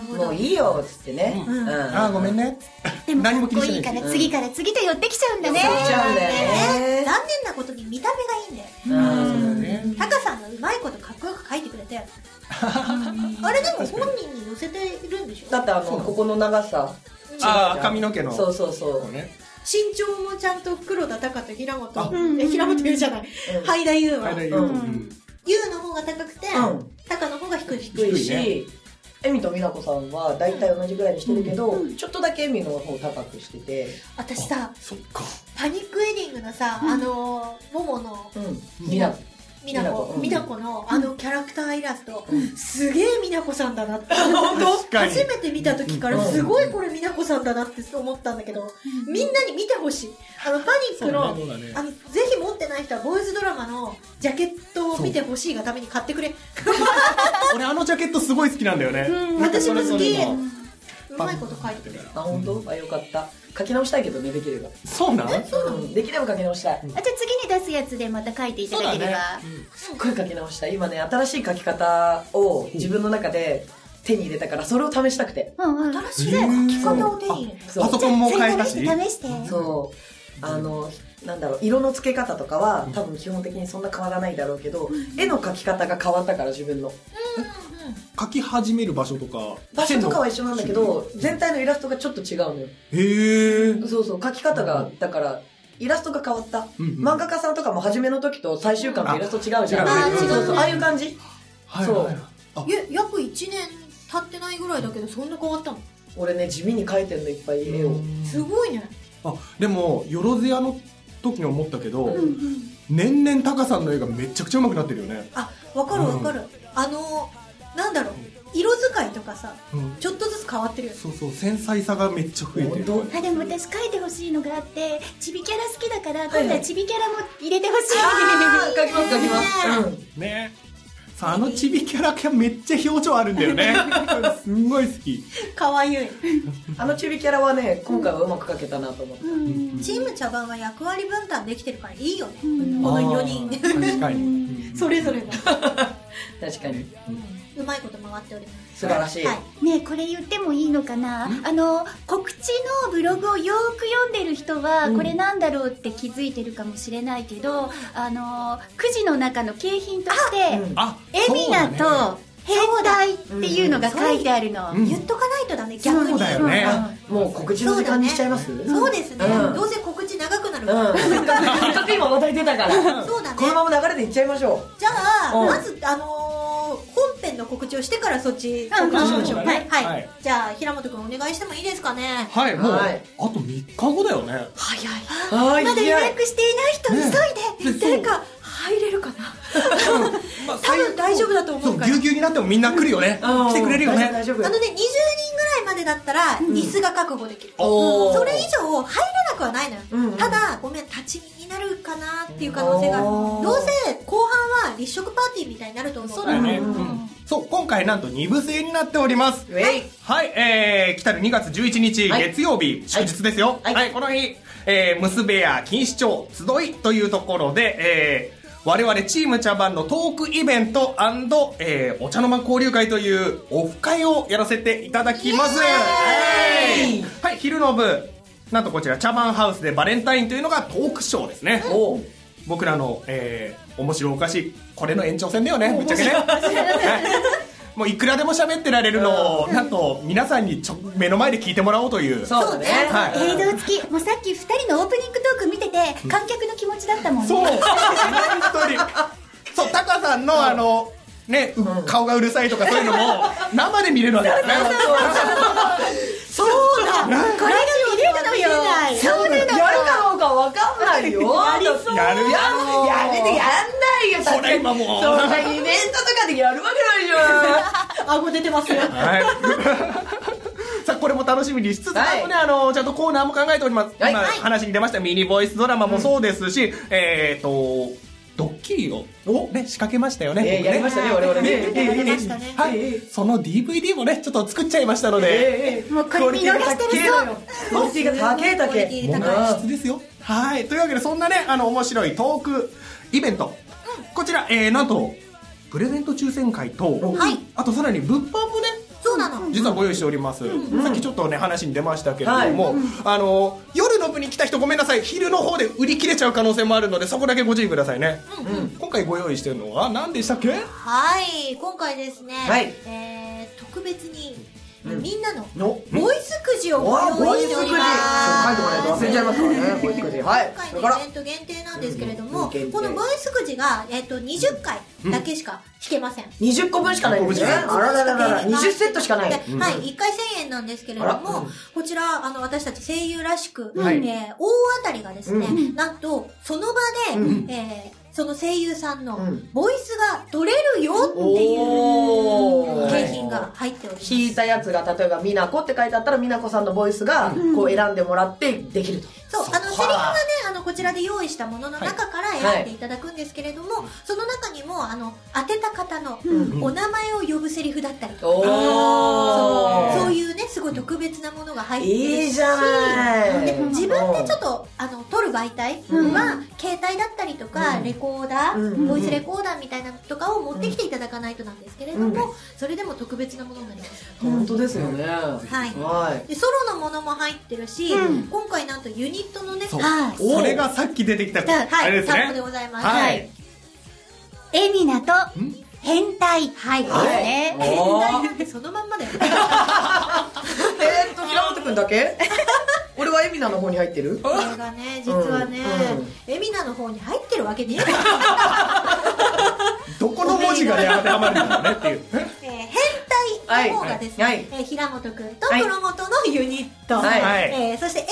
Speaker 1: ほ
Speaker 2: も
Speaker 1: ど
Speaker 2: ういいよっつってね
Speaker 3: うんあーごめん
Speaker 2: ね
Speaker 3: ね
Speaker 4: でも
Speaker 3: 何も気にし
Speaker 4: かっこい
Speaker 3: ないいし
Speaker 4: から次から次と寄ってきちゃうんだね
Speaker 2: そうしちゃうんだよ
Speaker 1: ね残念
Speaker 2: ね
Speaker 1: なことに見た目がいいんだよ
Speaker 2: うん
Speaker 3: ね
Speaker 1: タカさんがうまいことかっこよく書いてくれてあれでも本人に寄せてるんでし
Speaker 2: だ
Speaker 1: ょ
Speaker 2: ってあのここの長さ
Speaker 3: ああ髪の毛の
Speaker 2: そうそうそう
Speaker 3: ね
Speaker 1: 身長もちゃんと黒田タカと平
Speaker 3: あ
Speaker 1: 本え平本言うじゃない
Speaker 2: うん
Speaker 1: ハイダユウは
Speaker 3: はい
Speaker 1: ユ
Speaker 3: うん
Speaker 2: うん
Speaker 1: ウの方が高くて
Speaker 2: うん
Speaker 1: タカの方が低い
Speaker 2: 低い
Speaker 3: 低
Speaker 2: しエミと美奈子さんは大体同じぐらいにしてるけど、ちょっとだけエミの方高くしてて、
Speaker 1: 私さ
Speaker 3: そっか
Speaker 1: パニックウェディングのさあのーモモの
Speaker 2: うん、美奈子
Speaker 1: 美奈子美
Speaker 2: 美
Speaker 1: 奈
Speaker 2: 奈
Speaker 1: 子のあのキャラクターイラストすげえ美奈子さんだなって
Speaker 3: 確かに
Speaker 1: 初めて見た時から
Speaker 2: うん
Speaker 1: すごいこれ美奈子さんだなって思ったんだけどみんなに見てほしいあのパニックの
Speaker 3: そうだね
Speaker 1: あのぜひ持ってない人はボーイズドラマのジャケットを見てほしいがために買ってくれ
Speaker 3: 俺あのジャケットすごい好きなんだよね
Speaker 1: 私も好き
Speaker 3: それぞれの
Speaker 1: うまいこと書いてくれる
Speaker 2: あ本当、あよかった書き直したいけどねできれば、
Speaker 3: そうなん
Speaker 2: うん、できれば書き直したい、
Speaker 4: あじゃあ次に出すやつでまた書いていただければ、
Speaker 2: すっごい書き直したい今ね新しい書き方を自分の中で手に入れたからそれを試したくて、
Speaker 4: うんうん
Speaker 1: 新しい書き方を手に入れる
Speaker 2: そう
Speaker 3: パソコンも
Speaker 4: それ
Speaker 3: 変えた
Speaker 4: 試
Speaker 3: し
Speaker 4: して試して
Speaker 2: そうあのなんだろう色の付け方とかは多分基本的にそんな変わらないだろうけど、絵の描き方が変わったから自分の
Speaker 3: 書き始める場所とか
Speaker 2: 場所とかは一緒なんだけど全体のイラストがちょっと違うのよ
Speaker 3: へえ
Speaker 2: そうそう、書き方が、だから、イラストが変わった。
Speaker 3: うんうん
Speaker 2: 漫画家さんとかも初めの時と最終巻のイラスト違うじゃん。
Speaker 3: あ違う
Speaker 2: そうそう
Speaker 1: 違う
Speaker 2: ああいう感じ。
Speaker 3: はい
Speaker 2: そう
Speaker 3: はいあ
Speaker 1: や約1年経ってないぐらいだけどそんな変わったの
Speaker 2: 俺ね、地味に描いてんの、いっぱい絵を。
Speaker 1: すごいね
Speaker 3: あでもよろずやの時に思ったけど、
Speaker 2: うん
Speaker 3: 年々タカさんの絵がめちゃくちゃ上手くなってるよね、
Speaker 1: あわかるわかる、あのなんだろう色使いとかさ
Speaker 3: うん、
Speaker 1: ちょっとずつ変わってるよね
Speaker 3: そうそう繊細さがめっちゃ増えてる
Speaker 2: 本
Speaker 4: あでも私書いてほしいのがあってちびキャラ好きだから今度はちびキャラも入れてほしい、
Speaker 2: あー描きます、描きます。うん。
Speaker 3: ねさああのチビキャラがめっちゃ表情あるんだよねすんごい好き
Speaker 1: 可愛い
Speaker 2: あのチビキャラはね、今回はうまく描けたなと思って。
Speaker 1: チーム茶番は役割分担できてるからいいよね、
Speaker 4: ん
Speaker 1: この4人
Speaker 3: あー確かに、
Speaker 1: それぞ れが
Speaker 2: 確かに。
Speaker 1: うまいこと回っております
Speaker 2: 素晴らしい。
Speaker 1: はい
Speaker 4: ねえこれ言ってもいいのかなあの告知のブログをよーく読んでる人はこれなんだろうって気づいてるかもしれないけど、あのくじの中の景品として
Speaker 2: う
Speaker 4: 「
Speaker 2: ん
Speaker 3: あ
Speaker 4: エミナ
Speaker 3: そうだね
Speaker 4: と変態」っていうのが書いてあるの、
Speaker 3: うん
Speaker 1: 言っとかないとだね逆に
Speaker 3: そうだよね
Speaker 2: あもう告知の時間にしちゃいます
Speaker 1: そうですね、
Speaker 2: うん
Speaker 1: どうせ告知長くなる
Speaker 2: う
Speaker 1: から、
Speaker 2: ん。せっかくせっかく今話題出たから。
Speaker 1: そうだね
Speaker 2: このまま流れでいっちゃいましょ
Speaker 1: じゃあ、
Speaker 2: うん
Speaker 1: まずあのー本編の告知をしてからそっち告知しましょう、
Speaker 3: うん
Speaker 1: はい、はい
Speaker 3: はい
Speaker 1: じゃあ平本くんお願いしてもいいですかね
Speaker 3: はいもう、
Speaker 2: はい。
Speaker 3: あと3日後だよね
Speaker 1: 早いう
Speaker 2: はーい。
Speaker 4: まだ
Speaker 2: い
Speaker 4: 予
Speaker 2: や
Speaker 4: 約していない人急い
Speaker 3: ね
Speaker 4: で、誰か入れるかな
Speaker 3: まあ
Speaker 4: 多分大丈夫だと思
Speaker 3: そうう
Speaker 4: か
Speaker 3: ぎゅ
Speaker 4: ら
Speaker 3: うぎゅうになってもみんな来るよね
Speaker 2: うん
Speaker 3: 来てくれるよね
Speaker 2: 大丈夫大
Speaker 1: あ
Speaker 2: 丈
Speaker 1: のね、20人ぐらいまでだったら、椅子が確保できる。
Speaker 2: おー
Speaker 1: それ以上、入れなくはないのよ。
Speaker 2: うんうん
Speaker 1: ただ、ごめん、立ち見になるかなっていう可能性がある。
Speaker 2: おー
Speaker 1: どうせ、後半は立食パーティーみたいになると思う。
Speaker 4: そう
Speaker 3: だよね、
Speaker 2: うん
Speaker 3: うんそう今回なんと2部制になっております
Speaker 2: 夫ウェイ
Speaker 3: はい、えー、来たる2月11日、
Speaker 2: はい
Speaker 3: 月曜日、祝日ですよ。
Speaker 2: は
Speaker 3: はいい、この日、えー、むすべや錦糸町集いというところで、えー、我々チーム茶番のトークイベント、えー、お茶の間交流会というオフ会をやらせていただきます。
Speaker 2: エーイ
Speaker 3: イエーイはい、昼の部、なんとこちら茶番ハウスでバレンタインというのがトークショーですね。
Speaker 2: おう
Speaker 3: 僕らの、えー、面白おかしいこれの延長戦だよねぶっちゃけねはいもういくらでも喋ってられるのをなんと皆さんにちょ目の前で聞いてもらおうという
Speaker 2: そうだね
Speaker 3: は
Speaker 4: 映像付きもうさっき2人のオープニングトーク見てて観客の気持ちだったもん
Speaker 3: い
Speaker 4: ね
Speaker 3: そう本当にそうタカさんのあのね、う顔がうるさいとかそういう のも生で見れるわけですね
Speaker 2: そうだや
Speaker 4: これが見れるのよそうな
Speaker 2: る
Speaker 4: の
Speaker 2: かどうかわかんないよやりそう
Speaker 3: やるよ
Speaker 2: ややめてやんないよ
Speaker 3: それ今もう
Speaker 2: そんなイベントとかでやるわけないじゃん顎出てますよ
Speaker 3: はい。 さあこれも楽しみにしつつ、
Speaker 2: はい
Speaker 3: あとねあのちゃんとコーナーも考えております。
Speaker 2: はい
Speaker 3: 今
Speaker 2: はい
Speaker 3: 話に出ましたミニボイスドラマもそうですし、えっ、とドッキリをね仕掛けました よね。
Speaker 2: えー
Speaker 3: 僕
Speaker 2: やりましたね我々ね
Speaker 3: ね
Speaker 2: えー
Speaker 1: やりましたね
Speaker 3: はい、
Speaker 2: えー
Speaker 3: その DVD もねちょっと作っちゃいましたので、
Speaker 2: ええ
Speaker 4: もうこれ見逃してるぞ
Speaker 2: クオリティが高えだ
Speaker 1: クオリテ
Speaker 2: け
Speaker 1: ィ
Speaker 3: もう
Speaker 1: 高い
Speaker 3: 満室ですよ。はい。というわけでそんなねあの面白いトークイベント、こちら、えー、なんとプレゼント抽選会と、
Speaker 1: はい
Speaker 3: あとさらに物販もね
Speaker 1: そうなの。
Speaker 3: 実はご用意しております、さっきちょっとね話に出ましたけれども、あの夜の部に来た人ごめんなさい昼の方で売り切れちゃう可能性もあるのでそこだけご注意くださいね、今回ご用意してるのは何でしたっけ
Speaker 1: はい、今回ですね、
Speaker 2: はい
Speaker 1: えー、特別に、
Speaker 2: うん
Speaker 1: みんなの
Speaker 2: の
Speaker 1: ボイスくじをご
Speaker 2: わあボ
Speaker 1: 用意
Speaker 2: イ
Speaker 1: して
Speaker 2: ス
Speaker 1: お
Speaker 2: くじ
Speaker 1: り
Speaker 2: 書いても
Speaker 1: ま
Speaker 2: らえ
Speaker 1: す。
Speaker 2: と忘れちゃいますからねボイスくじはい
Speaker 1: 今回
Speaker 2: それ
Speaker 1: の
Speaker 2: から
Speaker 1: イベント限定なんですけれども、
Speaker 2: うん限定
Speaker 1: このボイスくじが、えっと20回だけしか弾けません。
Speaker 2: 20個分しかないんですね
Speaker 3: 20
Speaker 2: あららららら20セットしかない
Speaker 1: ではい、1回1000円なんですけれど
Speaker 2: あら
Speaker 1: も、こちら、あの、私たち声優らしく、
Speaker 3: はい
Speaker 1: えー大当たりがですね、なんと、その場で、えーその声優さんの
Speaker 2: うん
Speaker 1: ボイスが取れるよってい
Speaker 2: お
Speaker 1: う
Speaker 2: ー
Speaker 1: 景品が入っております。
Speaker 2: 引いたやつが例えば「美奈子」って書いてあったら美奈子さんのボイスがこう選んでもらってできると
Speaker 1: そう、あの、セリフはね、あの、こちらで用意したものの中から
Speaker 2: はい
Speaker 1: 選んでいただくんですけれども、その中にも、あの、当てた方の
Speaker 2: う
Speaker 1: お名前を呼ぶセリフだったりとか、
Speaker 2: お
Speaker 1: そう
Speaker 2: ー
Speaker 1: そういうね、すごい特別なものが入ってるし、
Speaker 2: いいじゃない
Speaker 1: で自分でちょっとあの撮る媒体は、携帯だったりとか、レコーダー、
Speaker 2: うん
Speaker 1: ボイスレコーダーみたいなのとかを持ってきていただかないとなんですけれども、
Speaker 2: うん
Speaker 1: それでも特別なものになります。
Speaker 2: 本当ですよねは
Speaker 1: はい
Speaker 2: はい
Speaker 1: でソロのものも入ってるし、今回なんとユニットのね、
Speaker 3: そう
Speaker 4: はい
Speaker 3: それがさっき出てきたあ
Speaker 1: は
Speaker 3: れ
Speaker 1: い、
Speaker 3: です
Speaker 1: サンプで
Speaker 3: ね
Speaker 1: ございます。
Speaker 3: は
Speaker 1: はい
Speaker 3: い
Speaker 4: エミナと
Speaker 3: ん
Speaker 4: 変態はいですね
Speaker 2: はい
Speaker 1: 変態なんてそのまんまだよ。
Speaker 2: えーっと平本君だけ俺はエミナの方に入ってる
Speaker 1: これがね、実はね、エミナの方に入ってるわけねえだろ
Speaker 3: どこの文字がね当てはまるんだろうねっていう
Speaker 1: えー変態の方がですね、
Speaker 2: はいはい
Speaker 1: えー平本くんと
Speaker 2: はい
Speaker 1: 黒本のユニット、
Speaker 2: はい
Speaker 3: はい
Speaker 1: えーそしてエミ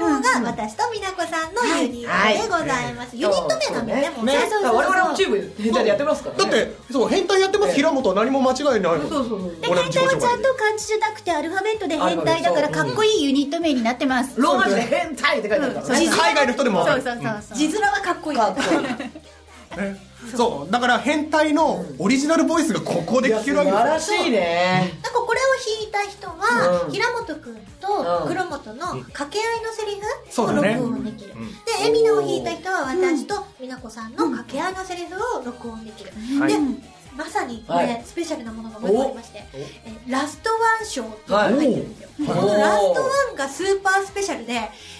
Speaker 1: ナの方が私と美奈子さんのユニットでございます、ユニット名なんでねもうね
Speaker 2: ね
Speaker 1: そうそうそう
Speaker 2: 我々もチーム変態でやってますから
Speaker 3: だ
Speaker 2: ね
Speaker 3: ってそう変態やってます平本は何も間違いない
Speaker 2: そう
Speaker 3: の
Speaker 2: そうそう
Speaker 4: で
Speaker 3: 俺の
Speaker 4: 変
Speaker 3: 自己
Speaker 4: 態は
Speaker 3: 紹
Speaker 4: ちゃ
Speaker 3: 介
Speaker 4: ん
Speaker 3: で
Speaker 4: と漢字じゃなくてアルファベットで変態だから
Speaker 2: うん
Speaker 4: かっこいいユニット名になってます
Speaker 2: ローマ字で変態って書いてあるからね
Speaker 4: そう
Speaker 3: 海外の人でもわか
Speaker 4: そう
Speaker 3: る
Speaker 4: そうそうそう
Speaker 1: 字面はかっこいい
Speaker 2: かっこいい
Speaker 3: ねそうだから変態のオリジナルボイスがここで聞けるわけ
Speaker 2: 素
Speaker 3: ですよ
Speaker 2: 晴らしいね
Speaker 1: なんかこれを引いた人は、
Speaker 2: うん
Speaker 1: 平本くん
Speaker 2: う
Speaker 1: と
Speaker 2: ん
Speaker 1: 黒本の掛け合いのセリフ
Speaker 3: そう
Speaker 1: を
Speaker 3: だね
Speaker 1: 録音できる、
Speaker 3: うん
Speaker 1: でエミナを引いた人は私と美奈子さんの掛け合いのセリフを録音できる、
Speaker 3: はい
Speaker 1: でまさにこれ、
Speaker 2: はい
Speaker 1: スペシャルなものがもう一個ありまして
Speaker 2: お
Speaker 1: えーラストワン賞っていうのが入ってるんですよ、
Speaker 2: はい
Speaker 1: このラストワ
Speaker 2: お
Speaker 1: ンがスーパースペシャルで、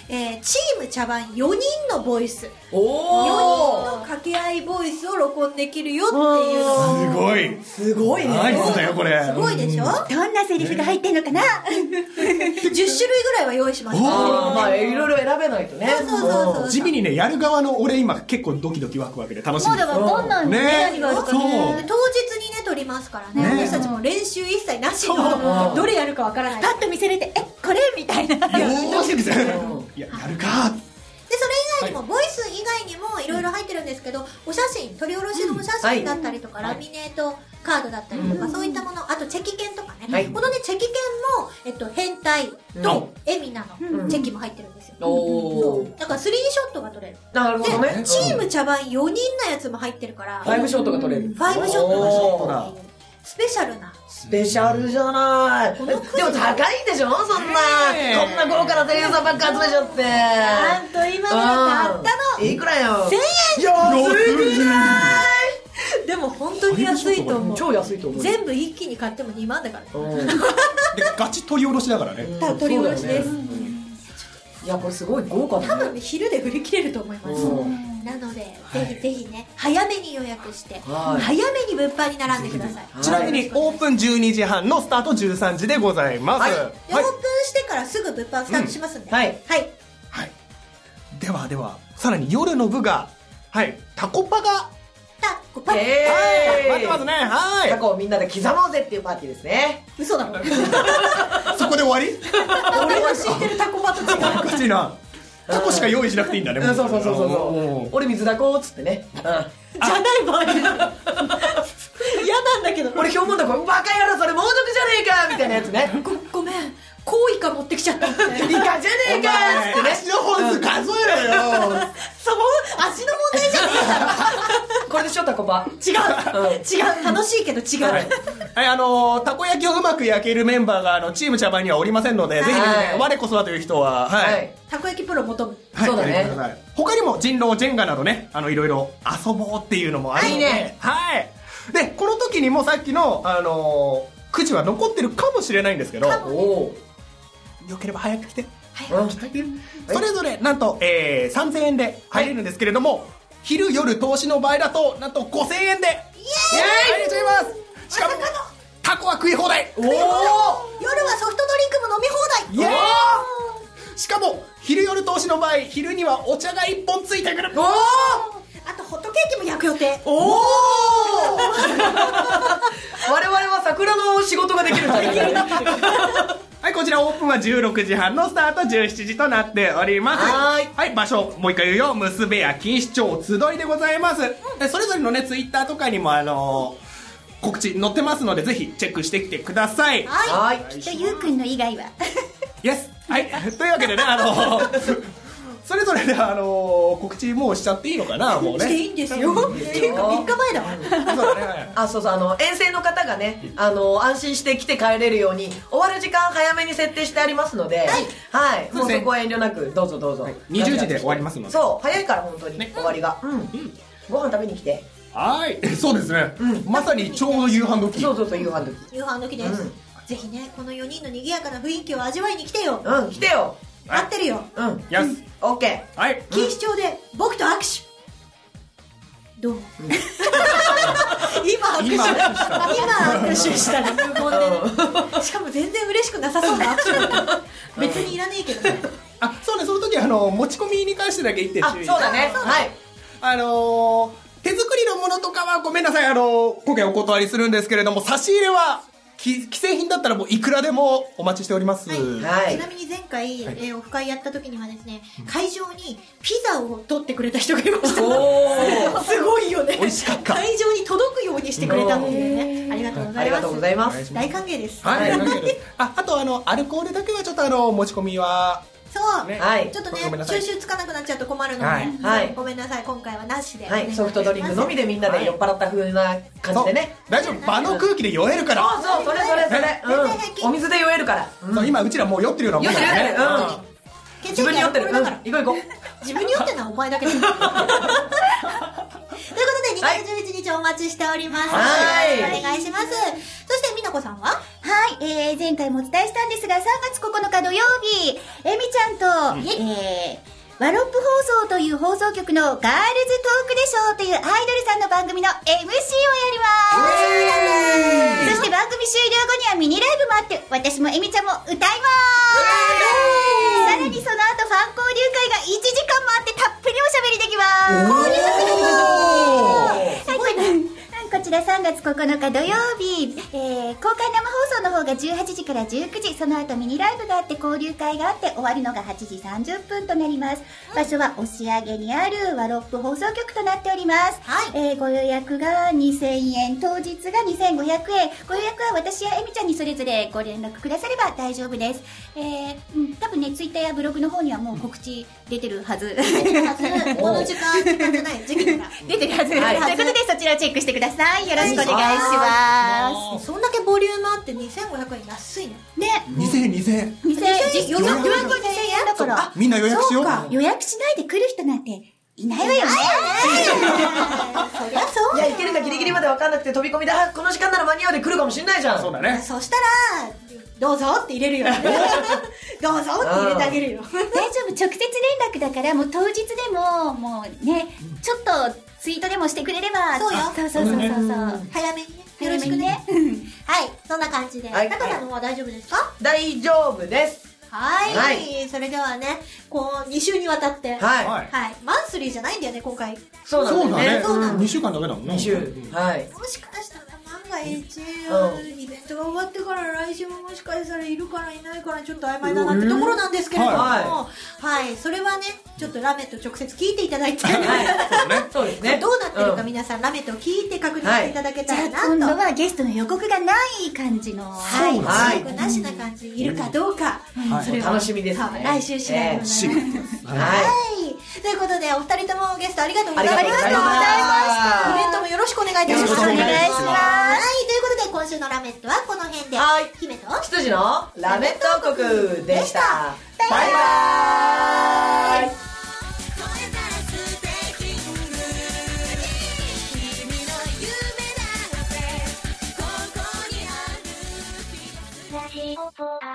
Speaker 1: えーチーム茶番4人のボイス4人
Speaker 2: お
Speaker 1: の
Speaker 2: お
Speaker 1: 掛け合いボイスを録音できるよっていうのが
Speaker 3: すごい
Speaker 2: すごいね
Speaker 3: ナイスだよこれ
Speaker 1: すごいでしょ、
Speaker 4: どんなセリフが入ってんのかな
Speaker 1: 10種類ぐらいは用意しました
Speaker 2: あーまあいろいろ選べないとね
Speaker 1: そうそうそうそう
Speaker 3: 地味にねやる側の俺今結構ドキドキワクワクで楽しみ
Speaker 4: ま
Speaker 3: です
Speaker 4: だわかんないもんね
Speaker 3: ね
Speaker 4: 何があるか
Speaker 1: で
Speaker 4: ね
Speaker 1: 当日にね撮りますからね
Speaker 3: ね
Speaker 1: 私たちも練習一切なし
Speaker 2: そ
Speaker 1: の
Speaker 2: う
Speaker 1: どれやるかわからない
Speaker 4: パッと見せれてえこれみたいな
Speaker 3: よーしみたいな
Speaker 2: うん
Speaker 3: いややるか
Speaker 1: でそれ以内にもボイス以外にもいろいろ入ってるんですけど、お写真撮り下ろしのお写真だったりとか、
Speaker 2: うんは
Speaker 1: ラ
Speaker 2: い
Speaker 1: ミネートカードだったりとか、
Speaker 2: う
Speaker 1: そういったものあとチェキ券とかね、
Speaker 2: はい
Speaker 1: このねチェキ券も、えっと、変態とエミナ
Speaker 2: う
Speaker 1: の
Speaker 2: ん
Speaker 1: チェキも入ってるんですよ、
Speaker 2: おー
Speaker 1: だから3ショットが撮れる
Speaker 2: なるほどね
Speaker 1: でチーム茶番4人のやつも入ってるから、
Speaker 2: ファイブショットが取れる
Speaker 1: ファイブショットが
Speaker 3: お
Speaker 1: 撮
Speaker 3: ー
Speaker 1: れるっていうスペシャルな
Speaker 2: スペシャルじゃないでも高いでしょそんな
Speaker 3: ねえ
Speaker 2: こんな豪華な声優さんばっか集めちゃって
Speaker 1: なんと今なら買ったの
Speaker 2: いくらよ
Speaker 3: いや安い
Speaker 1: でも本当に安いと思う
Speaker 2: 超安いと思う
Speaker 1: 全部一気に買っても2万だからね
Speaker 2: うん
Speaker 3: でガチ取り下ろしだからね
Speaker 1: た取り下ろしです
Speaker 2: そうだよねいやこれすごい豪華
Speaker 1: 多
Speaker 2: だ
Speaker 1: 分
Speaker 2: ね
Speaker 1: ね昼で売り切れると思います、
Speaker 2: うん
Speaker 1: なので、ぜひぜひね早めに予約して、
Speaker 2: はい
Speaker 1: 早めに物販に並んでください、
Speaker 2: ひ
Speaker 3: ちなみにオープン12時半のスタート13時でございます
Speaker 2: はい
Speaker 1: オープンしてからすぐ物販スタートしますんで、
Speaker 2: うんはい
Speaker 1: はい、
Speaker 3: はい、ではではさらに夜の部がはいタコパが、
Speaker 1: タコパ、
Speaker 2: えー
Speaker 3: 待ってますねはい
Speaker 2: 過去をみんなで刻もうぜっていうパーティーですね
Speaker 1: 嘘だろ
Speaker 3: そこで終わり
Speaker 1: 俺の知ってるタコパと違う
Speaker 3: おかしいなタコしか用意しなくていいんだね
Speaker 2: うん
Speaker 3: も
Speaker 2: そうそうそうそう
Speaker 3: お
Speaker 2: そう
Speaker 3: ー
Speaker 2: 俺水だこうっつってねう
Speaker 1: じゃない場合嫌なんだけど
Speaker 2: ん俺標本だこバカ野郎それ猛毒じゃねえかみたいなやつね
Speaker 1: ごごめんコウイカ持ってきちゃったみたいな
Speaker 2: イカじゃねえかっつってね
Speaker 3: の本数数えろよ
Speaker 1: その味の問題じゃね
Speaker 2: これでしょタコパ
Speaker 1: えだろ違う楽しいけど違う、
Speaker 3: はい、はい、あのーたこ焼きをうまく焼けるメンバーがあのチーム茶番にはおりませんので、ぜひです
Speaker 2: は
Speaker 3: ね
Speaker 2: い
Speaker 3: 我こそはという人ははい、
Speaker 2: はい
Speaker 1: たこ焼きプロ求む
Speaker 3: はい
Speaker 2: そうだね
Speaker 3: やってくさい他にも人狼ジェンガなどねあのいろいろ遊ぼうっていうのもあるので、
Speaker 2: はいいいね
Speaker 3: はいでこの時にもさっきのあのーくじは残ってるかもしれないんですけど
Speaker 2: おお
Speaker 3: よければ早く来て
Speaker 1: はい
Speaker 2: うん
Speaker 3: それぞれなんと、えー3000円で入れるんですけれども、昼夜投資の場合だとなんと5000円でイエーイ入れちゃいますしかもタコは食い放題
Speaker 2: お
Speaker 1: 夜はソフトドリンクも飲み放題
Speaker 3: イエーイしかも昼夜投資の場合昼にはお茶が1本ついてくる
Speaker 2: お
Speaker 1: あとホットケーキも焼く予定
Speaker 2: おおお我々は桜の仕事ができるんだね
Speaker 3: はい、こちらオープンは16時半のスタート17時となっております。
Speaker 2: はーい
Speaker 3: 場所、もう一回言うよ。結べや錦糸町集いでございます。でそれぞれのね、ツイッターとかにも、あのー告知載ってますので、ぜひチェックしてきてください。
Speaker 1: はい
Speaker 2: はい
Speaker 4: きっとゆうくんの以外は
Speaker 3: イエスはい、 というわけでね、あのー それぞれね、あのー告知もうしちゃっていいのかな、もう
Speaker 1: してい
Speaker 3: ね。
Speaker 1: いんですよっていうか3日前だわ
Speaker 3: そうだね。
Speaker 2: あそうそうあの遠征の方がねあの安心して来て帰れるように終わる時間早めに設定してありますので、はいもうそこは遠慮なくどうぞどうぞ、
Speaker 3: 20時で終わりますので
Speaker 2: そう早いから本当に、
Speaker 3: ね
Speaker 2: 終わりが、うんご飯食べに来て
Speaker 3: はい、 そうですね。
Speaker 2: う
Speaker 3: まさにちょうど夕飯時。
Speaker 2: そうそうそう夕飯時
Speaker 1: 夕飯時です、
Speaker 2: うん
Speaker 1: ぜひねこの4人の賑やかな雰囲気を味わいに来てよ
Speaker 2: うん来てよ
Speaker 1: 待ってるよ
Speaker 2: うん
Speaker 3: イエス。
Speaker 2: オッケ
Speaker 3: はい。
Speaker 1: 錦糸町で僕と握手どうも今握手
Speaker 3: 今
Speaker 1: 今
Speaker 3: 握手し
Speaker 1: 握
Speaker 3: た
Speaker 1: 手したね無言でねしかも全然嬉しくなさそうな握手だった別にいらねえけどね
Speaker 3: あそうねその時あの持ち込みに関してだけ言って
Speaker 2: ーあ
Speaker 3: 注
Speaker 2: そう
Speaker 3: 意
Speaker 2: だね
Speaker 1: あそうだ
Speaker 2: はい
Speaker 3: あのー手作りのものとかはごめんなさいあのー今回お断りするんですけれども差し入れはき既製品だったらもういくらでもお待ちしております、
Speaker 2: はい
Speaker 1: ちなみに前回、えーオフ会やった時にはですね、会場にピザを取ってくれた人がいました
Speaker 2: お
Speaker 1: すごいよね
Speaker 3: 美味しかった
Speaker 1: 会場に届くようにしてくれたっていうねありがとうご
Speaker 2: あ
Speaker 1: ざ
Speaker 2: り
Speaker 1: い
Speaker 2: が
Speaker 1: ま
Speaker 2: とうご
Speaker 1: す
Speaker 2: ざいま
Speaker 3: お願い
Speaker 2: す
Speaker 3: し
Speaker 1: 大歓迎です
Speaker 3: はい、
Speaker 2: はい
Speaker 3: ああとあのアルコールだけはちょっとあの持ち込みは
Speaker 1: そう、
Speaker 3: ね
Speaker 2: はい
Speaker 1: ちょっと
Speaker 3: ごめん
Speaker 1: ね
Speaker 3: なさい
Speaker 1: 収集つかなくなっちゃうと困るので、
Speaker 3: はい
Speaker 2: はい
Speaker 1: ごめんなさい今回はなしで、
Speaker 2: はいソフトドリンクのみでみんなで酔っ払った風な感
Speaker 3: そ
Speaker 2: じ
Speaker 3: う
Speaker 2: でね
Speaker 3: 大丈夫場の空気で酔えるから、
Speaker 2: そうそうそれそれそれ、
Speaker 1: 全然平
Speaker 2: う
Speaker 1: 気
Speaker 2: ん、お水で酔えるから、うん
Speaker 3: そう今うちらもう酔ってるようなも
Speaker 2: 酔っ
Speaker 3: んだ
Speaker 2: て
Speaker 3: か
Speaker 2: る酔っ
Speaker 1: 自
Speaker 2: てるうん
Speaker 3: らね
Speaker 2: 自分に酔ってる、うん、
Speaker 1: だ
Speaker 2: 行
Speaker 1: から、
Speaker 2: こう行こう
Speaker 1: 自分に酔ってるのはお前だけだ ということで2月11日お待ちしております、
Speaker 2: はい
Speaker 1: よろしくお願いしますそして美奈子さん は
Speaker 4: はい、えー、前回もお伝えしたんですが3月9日土曜日えみちゃんと、えーワロップ放送という放送局のガールズトークでしょうというアイドルさんの番組の MC をやります。そして番組終了後にはミニライブもあって、私もえみちゃんも歌います。さらにその後ファン交流会が1時間もあってたっぷりおしゃべりできます。交流す
Speaker 3: お
Speaker 4: る
Speaker 3: ー
Speaker 4: はい、こちら3月9日土曜日、えー、公開生放送の方が18時から19時、その後ミニライブがあって交流会があって終わるのが8時30分となります。場所は押上にあるワロップ放送局となっております。
Speaker 1: はい
Speaker 4: えー、ご予約が2000円、当日が2500円。ご予約は私やエミちゃんにそれぞれご連絡くだされば大丈夫です。えー、うん、多分ね、ツイッターやブログの方にはもう告知出てるはず。
Speaker 1: この時間時間じゃない時期から
Speaker 4: 出てるはず。
Speaker 1: はい
Speaker 4: ということで、そちらをチェックしてください。よろしくお願いしま
Speaker 1: そんだけボリュームあって2500円安 いね
Speaker 4: す。ね、
Speaker 3: 2000円2000円
Speaker 4: 店、実
Speaker 1: 予約
Speaker 3: 予
Speaker 1: 約
Speaker 4: 2000円だから、
Speaker 3: みんな予約しよ
Speaker 2: そ
Speaker 3: う
Speaker 2: うか
Speaker 4: 予約しないで来る人なんていないわよね。
Speaker 1: そりゃそう
Speaker 2: いや、行けるかギリギリまで分かんなくて飛び込みで、あこの時間なら間に合うで来るかもしんないじゃん。
Speaker 3: そうだね
Speaker 1: そしたらどうぞって入れる よどうぞって入れてあげるよ
Speaker 4: 大丈夫、直接連絡だから、もう当日でも、もうね、ちょっとツイートでもしてくれれば、
Speaker 1: そうよ
Speaker 4: そうそうそうそう
Speaker 3: う
Speaker 4: そう。
Speaker 1: 早めにね
Speaker 4: よろしくね。
Speaker 1: はいそんな感じで
Speaker 2: はい
Speaker 1: タカさんの方は大丈夫ですか
Speaker 2: 大丈夫です。
Speaker 1: はい
Speaker 2: は
Speaker 1: それではねこう2週にわたってはい、
Speaker 2: はい。
Speaker 3: はい
Speaker 1: マンスリーじゃないんだよね今回
Speaker 2: そうな
Speaker 3: そうんだ
Speaker 2: だよ
Speaker 3: ね
Speaker 2: ね。
Speaker 1: そうなの
Speaker 3: 2週間だけだもんね
Speaker 2: 二週。はい。
Speaker 1: もしかしたら万が一、イベントが終わってから来週ももしかしたらいるからいないからちょっと曖昧だなってところなんですけれども、
Speaker 3: うん
Speaker 2: は
Speaker 1: はい、それはねちょっとラメット直接聞いていただいて、
Speaker 2: はい。そうですね。
Speaker 1: どうなってるか
Speaker 2: ん
Speaker 1: 皆さんラメットを聞いて確認していただけ
Speaker 4: じ
Speaker 1: た
Speaker 4: ゃ
Speaker 1: ら
Speaker 4: あ
Speaker 1: なと、
Speaker 4: 今度はゲストの予告がない感じの。
Speaker 1: はい、
Speaker 3: そ
Speaker 1: 予
Speaker 3: うだ
Speaker 2: はい
Speaker 1: 告なしな感じでいるかどうか、
Speaker 3: はい
Speaker 1: それは
Speaker 2: 楽しみですね
Speaker 1: はい来週次第でございます、
Speaker 3: ええ
Speaker 1: はい
Speaker 2: は、
Speaker 1: ということでお二人ともゲストありがとうございました
Speaker 2: ありがとうございました
Speaker 1: イベントもよろしくお願いいたします
Speaker 3: よろしくお願いします
Speaker 1: はいということで今週のラメットはこの辺で、
Speaker 2: はい
Speaker 1: 姫と
Speaker 2: い。羊のラメット王国でした。バイバーイ
Speaker 5: 声がステーキング君の夢なんてここにある気がする